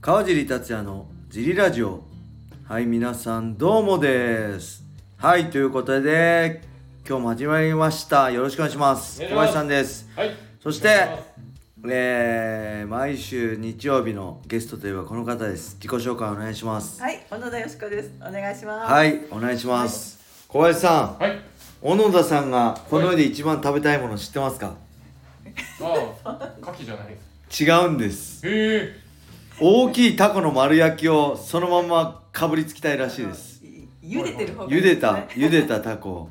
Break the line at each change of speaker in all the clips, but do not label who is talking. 川尻達也のジリラジオはい皆さんどうもですはいということで今日も始まりましたよろしくお願いします
お
小
願い
林
します
さんです
はい。
そしてえー、毎週日曜日のゲストといえばこの方です自己紹介お願いします
はい、小野田よしこです。お願いします。
はいお願いします小林さん
はい。
小野田さんがこの世で一番食べたいもの知ってますか
ああ、牡蠣じゃない。へ
違うんです
え。
大きいタコの丸焼きをそのままかぶりつきたいらしいです
い。茹でてる方が
茹
いいすね
でた茹でたタコ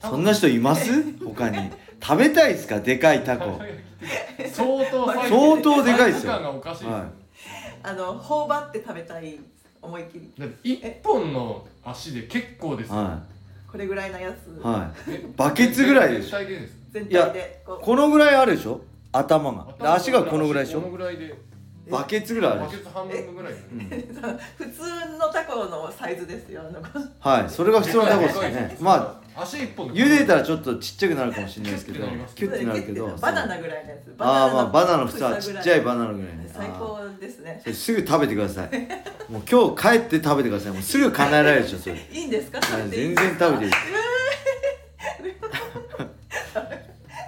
そんな人います他に食べたいですかでかいタコ
相当サイズ
相当でかいですよ
サイズ感がおかしい。
は
あの頬張って食べたい思いっきり
だって一本の足で結構ですよ。
は
これぐらいのやつ、
いはい
え
バケツぐらいでしょ
全体でです。
全
いや
体でこ
このぐらいあるでしょ頭がで足がこのぐらいでし
この
ょ
ぐらいで。
バケツぐらいある
バ
でし
ケ
ょ
ツ半分ぐらいだね。
う 普通のタコのサイズですよ。あの
はいそれが普通のタコですよねまあ
あ、足一本で。
茹でた
ら。
らちょっとちっちゃくなるかもしれないですけどキュッてなるけど
バナナぐらいのやつ。
ああまあバナナの普通
房
はちっちゃいバナナぐらいね
最高ですね
そ。れすぐ食べてくださいもう今日帰って食べてくださいもうすぐ叶えられるでしょそれ
いいんですか？それでいい
全
んです
然
か
食べていい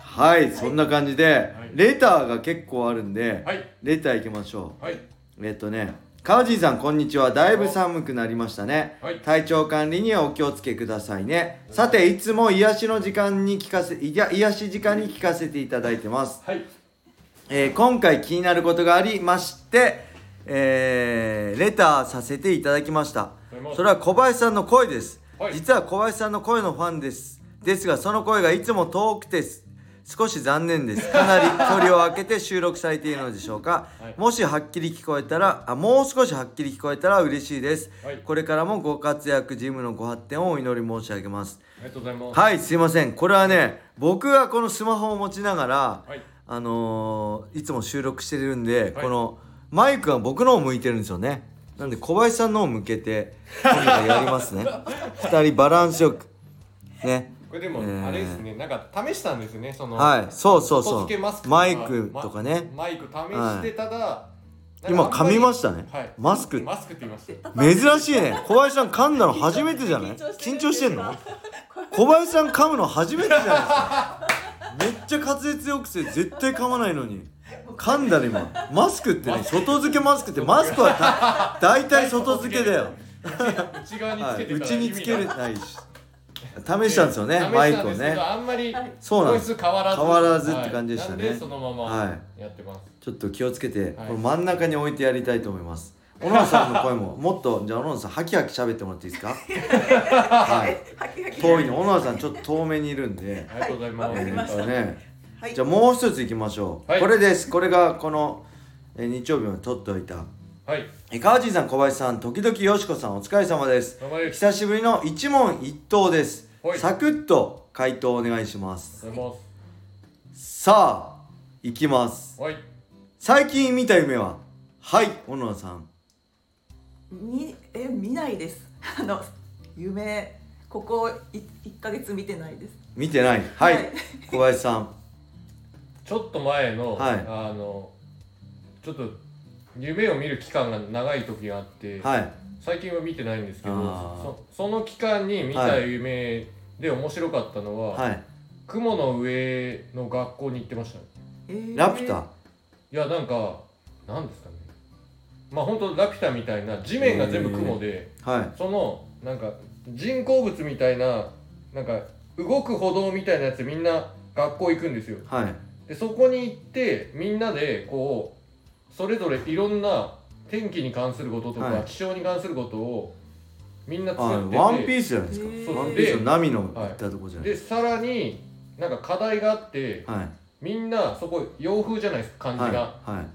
はいそんな感じで
はい
レターが結構あるんで
はい。
レター行きましょ
はい。
うえっとね川尻さんこんにちはだいぶ寒くなりましたね
はい
体調管理にはお気をつけくださいねさていつも癒しの時間に聞かせいや癒し時間に聞かせていただいてます
はい。
えー今回気になることがありまして、えーレターさせていただきました
りがとうございます
それは小林さんの声です、
はい
実は小林さんの声のファンですですがその声がいつも遠くてす少し残念ですかなり距離を空けて収録されているのでしょうか、
はい
もしはっきり聞こえたらあもう少しはっきり聞こえたら嬉しいです、
はい
これからもご活躍ジムのご発展をお祈り申し上げます
ありがとうございます。
はいすいませんこれはね僕がこのスマホを持ちながら、
はい
あのーいつも収録してるんで、
はい
このマイクが僕のを向いてるんですよねなんで小林さんのを向けて今度やります ね二人バランスよくね
これでも、あれですね、なんか試したんですね、その。
はいそうそう
外
そ
付けマスクと
う
か
マイクとかね、
ママイク試してただ、
今噛みま
し
したね、
はい
マスク
マスクって言いました
珍しいね小林さん噛んだの初めてじゃない緊
緊
張
張
し
してて
ん
る
の小林さん噛むの初めてじゃないですかめっちゃ滑舌よくて絶対噛まないのに噛んだね今マスクってね外付けマスクってマスクはた大体外付けだよ
内側につ
は
け
い
て
う
た
ち
ら意
に
味
つ
が
けれないし試したんですよね
試したん
マイクを
ですけ
ね
どあんまり
そうなんで
ですす変わらず
変わらずって感じでしたね
はいなんでそのま
は
まやってます
ちょっと気をつけて
はい
これ真ん中に置いてやりたいと思います小野田さんの声ももっとじゃあ小野田さんハキハキ喋ってもらっていい ですかはい
はきはき
遠いの小野田さんちょっと遠目にいるんで
ありがとうございま
わ
す
かりました
ね
はい。
じゃあもう一ついきましょう、
はい
これですこれがこのえー日曜日まで撮っておいた
はい
えー川尻さん小林さん時々よしこさんお疲れ様です
頑張ります
久しぶりの一問一答です
はい
サクッと回答お願いします
ありがとうございま
さあいきます
すはい
最近見た夢ははい小野田さん
にえ見ないです。 あの夢ここい一ヶ月見てないです。
見てないはい、
はい
小林さん
ちょっと前の
はい
あのちょっと夢を見る期間が長い時があって
はい
最近は見てないんですけど
あー
そその期間に見た夢で面白かったのは、
はい
雲の上の学校に行ってましたね
えー
ラピュタ
いやなんかなんですかねまあ本当ラピュタみたいな地面が全部雲で
はい
そのなんか人工物みたいななんか動く歩道みたいなやつみんな学校行くんですよ
はい
でそこに行ってみんなでこうそれぞれいろんな天気に関することとか、
はい
気象に関することをみんな
あ
作ってて
ワンピースじゃないですか、
へー
ワンピースの波の行ったとこじゃない
でさらになんか課題があって
はい
みんなそこ洋風じゃないですか感じが、
はいはい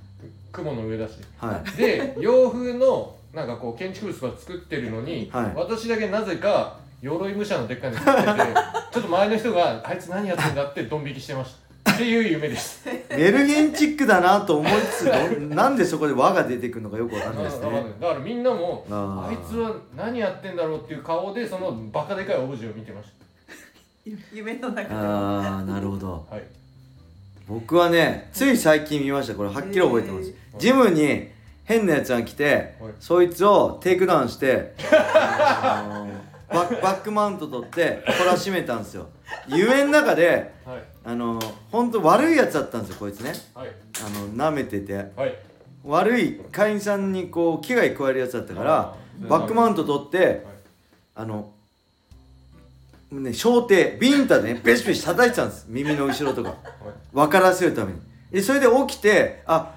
雲の上だし
はい
で 洋風のなんかこう建築物が作ってるのに、
はい
私だけなぜか鎧武者のでっかいの作 っててちょっと周りの人が「あいつ何やってんだ」ってドン引きしてましたっていう夢 です
メルヘンチックだなと思いつつど んなんでそこで輪が出てくるのかよくわか
だ
ん
か
ない
ら
です
だ
ね
からみんなも「
あ
あ
ー
いつは何やってんだろう」っていう顔でそのバカでかいオブジェを見てまし
ゆ夢の中で。
あーなるほど
たはい
僕はねつい最近見ましたこれはっきり覚えてます
へ
ジムに変なやつが来て、
はい
そいつをテイクダウンして、あのバッバックマウント取って懲らしめたんですよ夢の中で
はい
あの本当悪いやつだったんですよこいつね
はい
あの舐めてて
はい
悪い会員さんにこう危害加えるやつだったから
あー
バックマウント取ってあのね小手ビンタでねペシペシ叩いてたんです耳の後ろとか
はい
分からせるためにでそれで起きてあ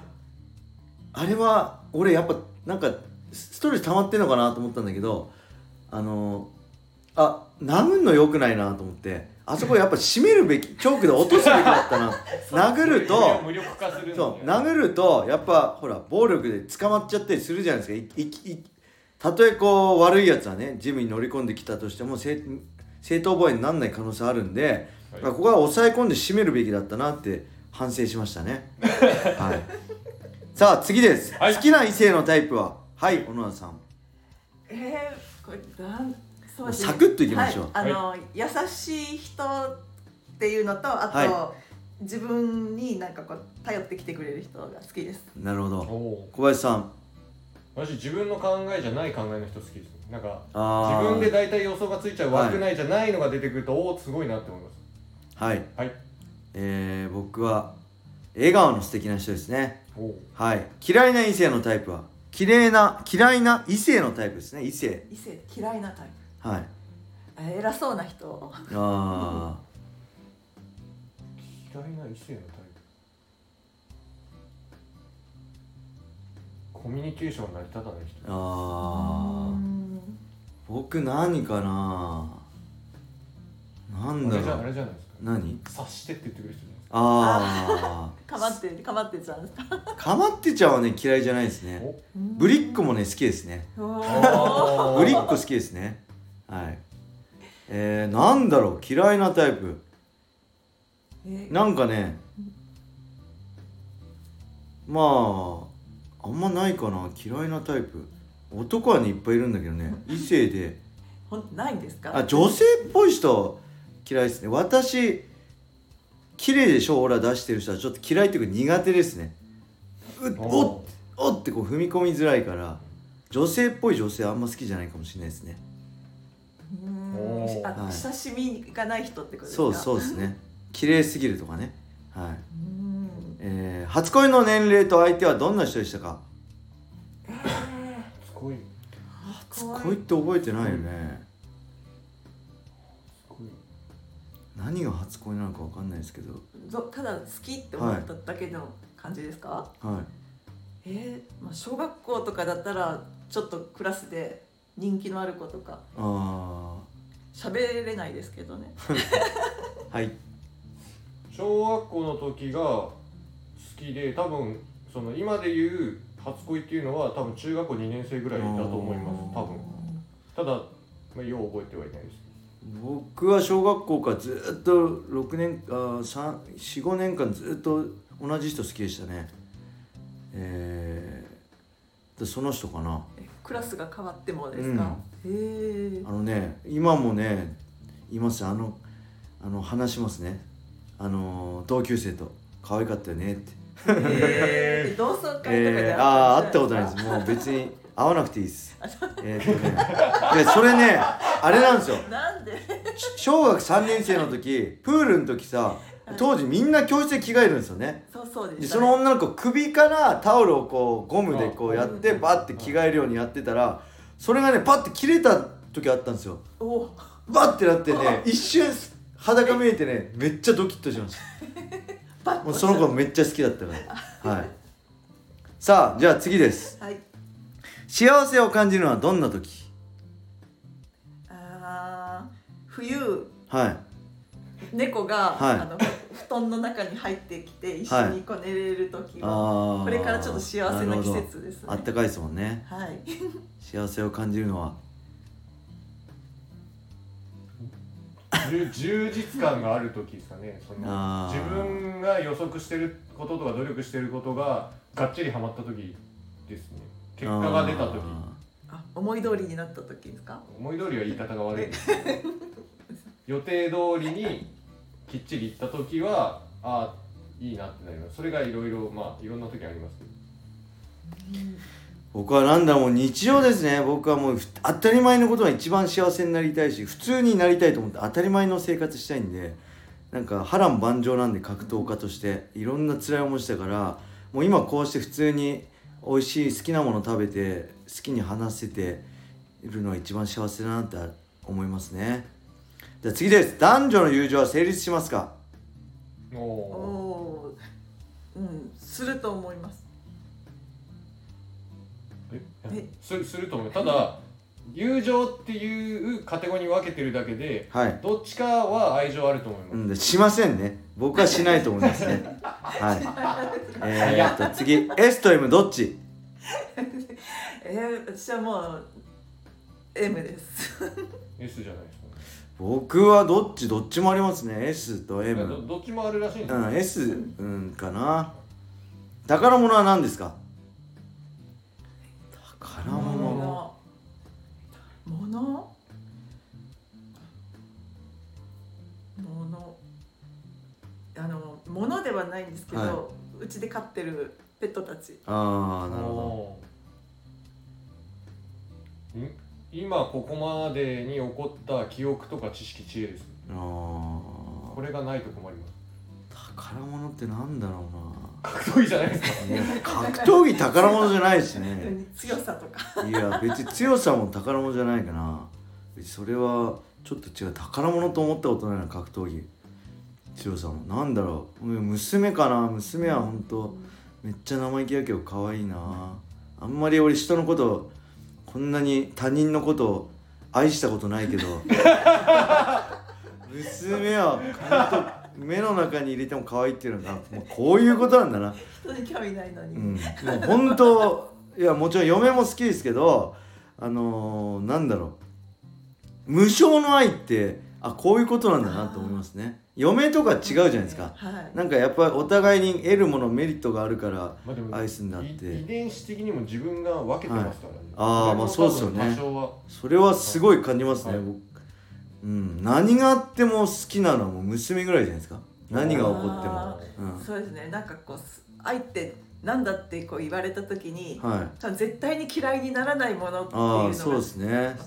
あれは俺やっぱなんかストレス溜まってんのかなと思ったんだけどあのあ殴んの良くないなと思ってあそこやっぱ締めるべきチョークで落とすべきだったな殴ると
無力化するんだよ
そう殴るとやっぱほら暴力で捕まっちゃったりするじゃないですかいいいたとえこう悪いやつはねジムに乗り込んできたとしても正正当防衛にならない可能性あるんで、
はい
まあここは抑え込んで締めるべきだったなって反省しましたね、はい、さあ次です、
はい
好きな異性のタイプははい小野田さん
えー、これなんそうですね
サクッといきましょう
はい、あの、優しい人っていうのとあと、
は
自分になんかこう頼ってきてくれる人が好きです
なるほ
お
ど
お
小林さん
私自分の考えじゃない考えの人好きですなんか
あー
自分で大体予想がついちゃう枠内じゃないのが出てくると、おおすごいなって思います
はい
はい
えー、僕は笑顔の素敵な人ですね
おお
はい嫌いな異性のタイプは綺麗な嫌いな異性のタイプですね異性
異性嫌いなタイ
はい
プあ偉そうな人
あ
嫌いな異性のタイプコミュニケーション成り立たない
ー
人
あー
うん
僕何かななん
あ
だ
れじゃ
ろ
あ
う
れじゃないですか
何
察してって言ってくる人じゃ
あ
かまってかまってちゃうんですか
あかまってちゃんはね嫌いじゃないです
ない
ね
ですか
ぶりっ子もね好きですね
おー
お
ぶりっ子好きですねはいえー、なんだろう嫌いなタイプ
え
なんかねまああんまないかな嫌いなタイプ男はねいっぱいいるんだけどね異性で
ほんないんですか
あ女性っぽい人嫌いですね私綺麗でしょオーラ出してる人はちょっと嫌いっていうか苦手ですねうおっ
お
おってこう踏み込みづらいから女性っぽい女性はあんま好きじゃないかもしれないですね
うー
お
ん
ー
あ
はい
親しみがない人ってことですか
そうそううですね綺麗すぎるとかねはい、
ーん
えー初恋の年齢と相手はどんな人でしたか
え
すごい
初
す
ー怖い
恋って覚えてないよね、
ごい
何が初恋なのか分かんないですけど
ぞただ好きって思っただけの感じですか、
はい
えーまあ、小学校とかだったらちょっとクラスで人気のある子とか
あ
喋れないですけどね
あはい
小学校の時が好きで多分その今で言う初恋っていうのは多分中学校2年生ぐらいだと思います多分ただ、まあ、よう覚えてはいないです
僕は小学校からずっと6年あ45年間ずっと同じ人好きでしたねえー、でその人かな
えクラスが変わってもですか、へえ
あのね今もねいますあのあの話しますねあの同級生と可愛かったよねって
えー同窓会とかで
えー、ああー会ったことない
す
ですもう別に会わなくていいですえーっとねいやそれねあれなんですよ
なんで
小学3年生の時プールの時さ当時みんな教室で着替えるんですよね
そうそうで
で
し
そ
た
の
ね
女の子首からタオルをこうゴムでこうやって
うん
バッて着替えるようにやってたらそれがねパッて切れた時あったんですよ
お
バッてなってね一瞬裸見えてねめっちゃドキッとしました
パッ
もうその子めっちゃ好きだったからはいさあじゃあ次です
はい
幸せを感じるのはどんな時
あー冬
はい
猫が、
はい
あの布団の中に入ってきて一緒にこう寝れる時は、
あー
これからちょっと幸せな
る
季
ほ
節ですね
どあったかいですもんね
はい
幸せを感じるのは
じゅ充実感がある時ですかねその
あー
自分が予測してることとか努力してることががっちりハマった時ですね結果が出た時
あ
あ思い通りになった時ですか
思い通りは言い方が悪いですけど予定通りにきっちり行った時はああいいなってなりますそれがいろいろまあいろんな時ありますけど
ー僕はなんだろうもう日常ですね僕はもうふ当たり前のことが一番幸せになりたいし普通になりたいと思って当たり前の生活したいんでなんか波乱万丈なんで格闘家としていろんな辛い思いしたからもう今こうして普通に美味しい好きなもの食べて好きに話せているのが一番幸せだなって思いますねじゃあ次です男女の友情は成立しますか
お
お
お
おーうんすると思います
え
え
すすると思うただ友情っていうカテゴリーに分けてるだけで
はい、
どっちかは愛情あると思います、
うん、しませんね僕はしないと思いますねはいえー、っと次 S と M どっち
えー、私はもう M です
S じゃないです
僕はどっちどっちもありますね S と
か、ね、ど
M
どっちもあるらしいんです
う
よ、
ん S、うん、かな宝物は何ですか宝物
物物物あの物ではないんですけど、
は
うちで飼ってるペットたち
ああなるほ
おーん今ここまでに起こった記憶とか知識知恵です
どあ
これがないと困ります
あ宝物ってなんだろう
格闘技じゃないです か
ないや格闘技宝物じゃないしね
強さとか
いや別に強さも宝物じゃないかな別にそれはちょっと違う宝物と思ったことないな格闘技強さもなんだろううん娘かな娘は本当めっちゃ生意気だけど可愛いなあんまり俺人のことこんなに他人のことを愛したことないけど娘は本当目の中に入れても可愛いっていうのがもうこういうことなんだな
人に興味ないのに、
うん、もう本当いやもちろん嫁も好きですけどあのー、なんだろう無償の愛ってあこういうことなんだなと思いますね嫁とか違うじゃないですか
はい
なんかやっぱりお互いに得るものメリットがあるから
まあでも
アイスになって
い遺伝子的にも自分が分けてますからね、
あーまあそうっすよね
多少は
それはすごい感じますね、
はい
僕うん、何があっても好きなのはもう娘ぐらいじゃないですか何が起こっても
あ
うん
そうですねなんかこうす愛ってなんだってこう言われた時に、
はい
絶対に嫌いにならないものっていう
あ
の
あ
が
そうですね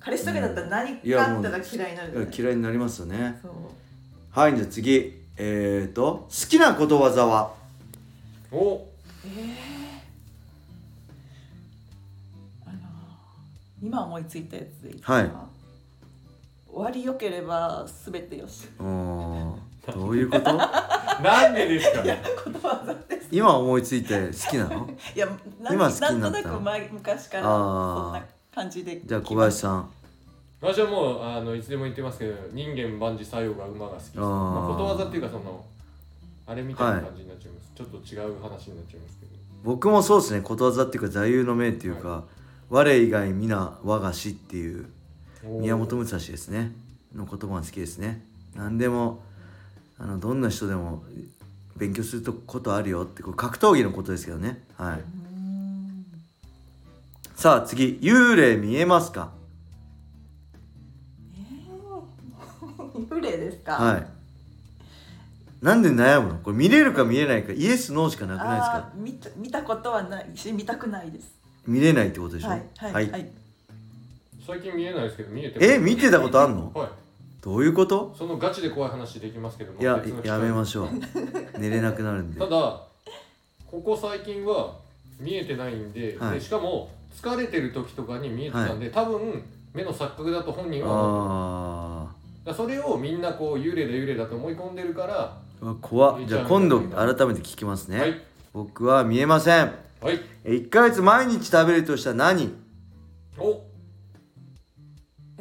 彼氏とかだったら何
いや
かあ
も
っ
う
たら嫌いになるじゃない
嫌いになりますよね
そう
はいじゃあ次えっ、ー、と好きなことわざは
お
あの今思いついたやつでいいです
は
か
い
終わりよければ全てよし
うーんどういうこと
なんでですか
言葉だって
今思いついて好きなの
いやな
今
ん
好きにな
な
った
んとなく前昔から
あー
そんな感じで
じゃあ小林さん
私はもうあのいつでも言ってますけど人間万事作用が馬が好きです
あー
まあ、ことわざっていうかそのあれみたいな感じになっちゃいます、ちょっと違う話になっちゃいますけど
僕もそうですねことわざっていうか座右の銘っていうか、我以外皆我が師っていう
おー
宮本武蔵ですねの言葉が好きですね何でもあのどんな人でも勉強することあるよってこれ格闘技のことですけどねはい さあ次幽霊見えますか
幽霊ですか、
はいなんで悩むのこれ見れるか見れないかイエスノーしかなくないです
あ
か
ー見た見たことはないし見たくないです
見れないってことでしょ
はいはいはい、
最近見えないですけど見えてます
え見てたことあんの
はい
どういうこと
そのガチで怖い話できますけども
いや
別の機会
やめましょう 寝れなくなるんで
ただここ最近は見えてないんで,で、
はい
しかも疲れてる時とかに見えてたんで、多分目の錯覚だと本人は思ってる
あ
だからそれをみんなこう幽霊だ幽霊だと思い込んでるから
ーうわ怖っじゃあ今度改めて聞きますね、
はい
僕は見えません
はい
え1ヶ月毎日食べるとしたら何
お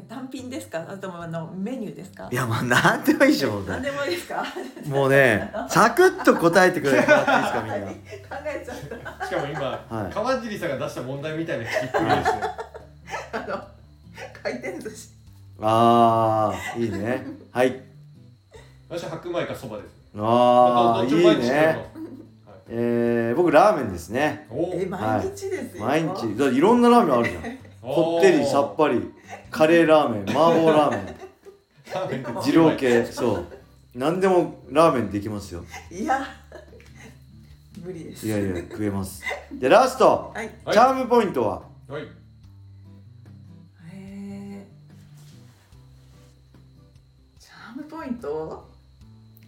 単品ですかあともあのメニューですか
いやまあ何でもいいでしょもう
何でもいいですか考
もうねサクッと答えてくれてもらっていいですかみんな
えちゃった
しかも今、
はい
川尻さんが出した問題みたいな聞きっくりですね
あの回転寿司
あーいいねはい
私は白米かそばです
ああい
どっ
い
ちも毎日食べます
ねえー、僕ラーメンですね
お
え毎日ですよ、
毎日だいろんなラーメンあるじゃんこってりさっぱりカレーラーメン麻婆ラーメン
りラーメンって
二郎系そう何でもラーメンできますよ
いや無理です
いやいや食えますでラスト
はい
はい
チャームポイントは
はい
へえチャームポイント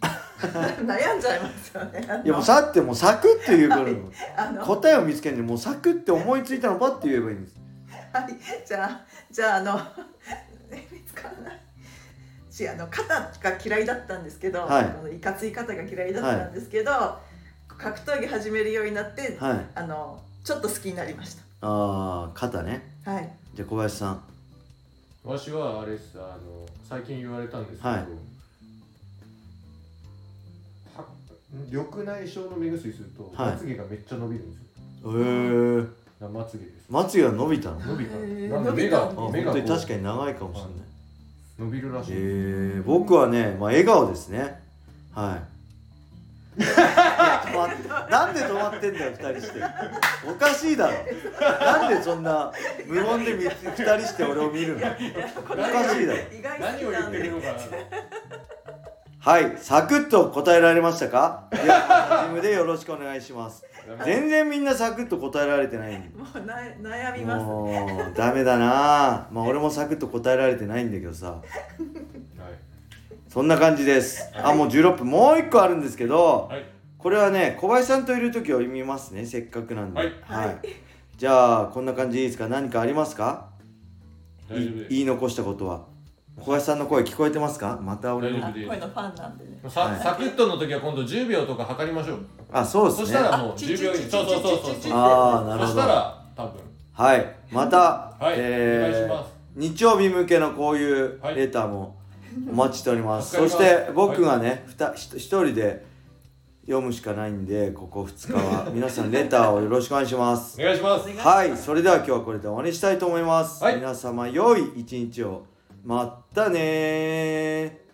悩んじゃいますよねあの
いやもうさってもうサクッて言うから
あの
答えを見つけるんでもうサクッて思いついたのパッて言えばいいんです
はい、じゃあ、じゃあ、あの。 え見つからない。し、あの、肩が嫌いだったんですけど、
はい
このいかつい肩が嫌いだったんですけど。格闘技始めるようになって、
はい
あの、ちょっと好きになりまし
ああ肩ね
た。はい。
じゃあ小林さん
わしはあれですあの最近言われたんですけど、
はい
は緑内障の目薬すると、
はい
まつげがめっちゃ伸びるんですよ
へえ
なまつげです
まつげが伸びたのあ
伸びた
へー
なんか目が
伸
本
目が
当
こ
に確か
う
に長いかもしれない
伸びるらしい、
えー、僕はね、まあ、笑顔ですねはい止まっなんで止まってんだよ2人しておかしいだろなんでそんな無言で2人して俺を見るの
お
おかしいだろ
意外に
何を
好き
言
な
っ
ん
て
で
るのかな
はいサクッと答えられましたかではチームでよろしくお願いします全然みんなサクッと答えられてないん
もうな悩みます。
もうダメだなまあ俺もサクッと答えられてないんだけどさそんな感じですあもう16分もう1個あるんですけど
はい
これはね小林さんといる時を見ますねせっかくなんでは
はい
い、じゃあこんな感じでいいですか何かありますか
大丈夫です
言い残したことは小林さんの声聞こえてますかまた俺
大丈
の
あ、声のファンなんでね。
さ、
はい
サクッとの時は今度10秒とか測りましょう
あそうで
そ
す
し
ね
たらもう10秒以
あち
内そうそうそうそう
ちちちち
そう
ち
ああなる
そ
ほ
し
ど
たら多分
はいまた、
はい
えー
お願いします
日曜日向けのこういう
はい
レターもお待ちしております、
助かり
そ
ま
し
す
て僕がね、ふたひと一人で読むしかないんでここ2日は 皆さんレターをよろしくお願いします
お願いします
はい、それでは今日はこれで終わりにしたいと思います。
はい
皆様良い一日を。まったねー。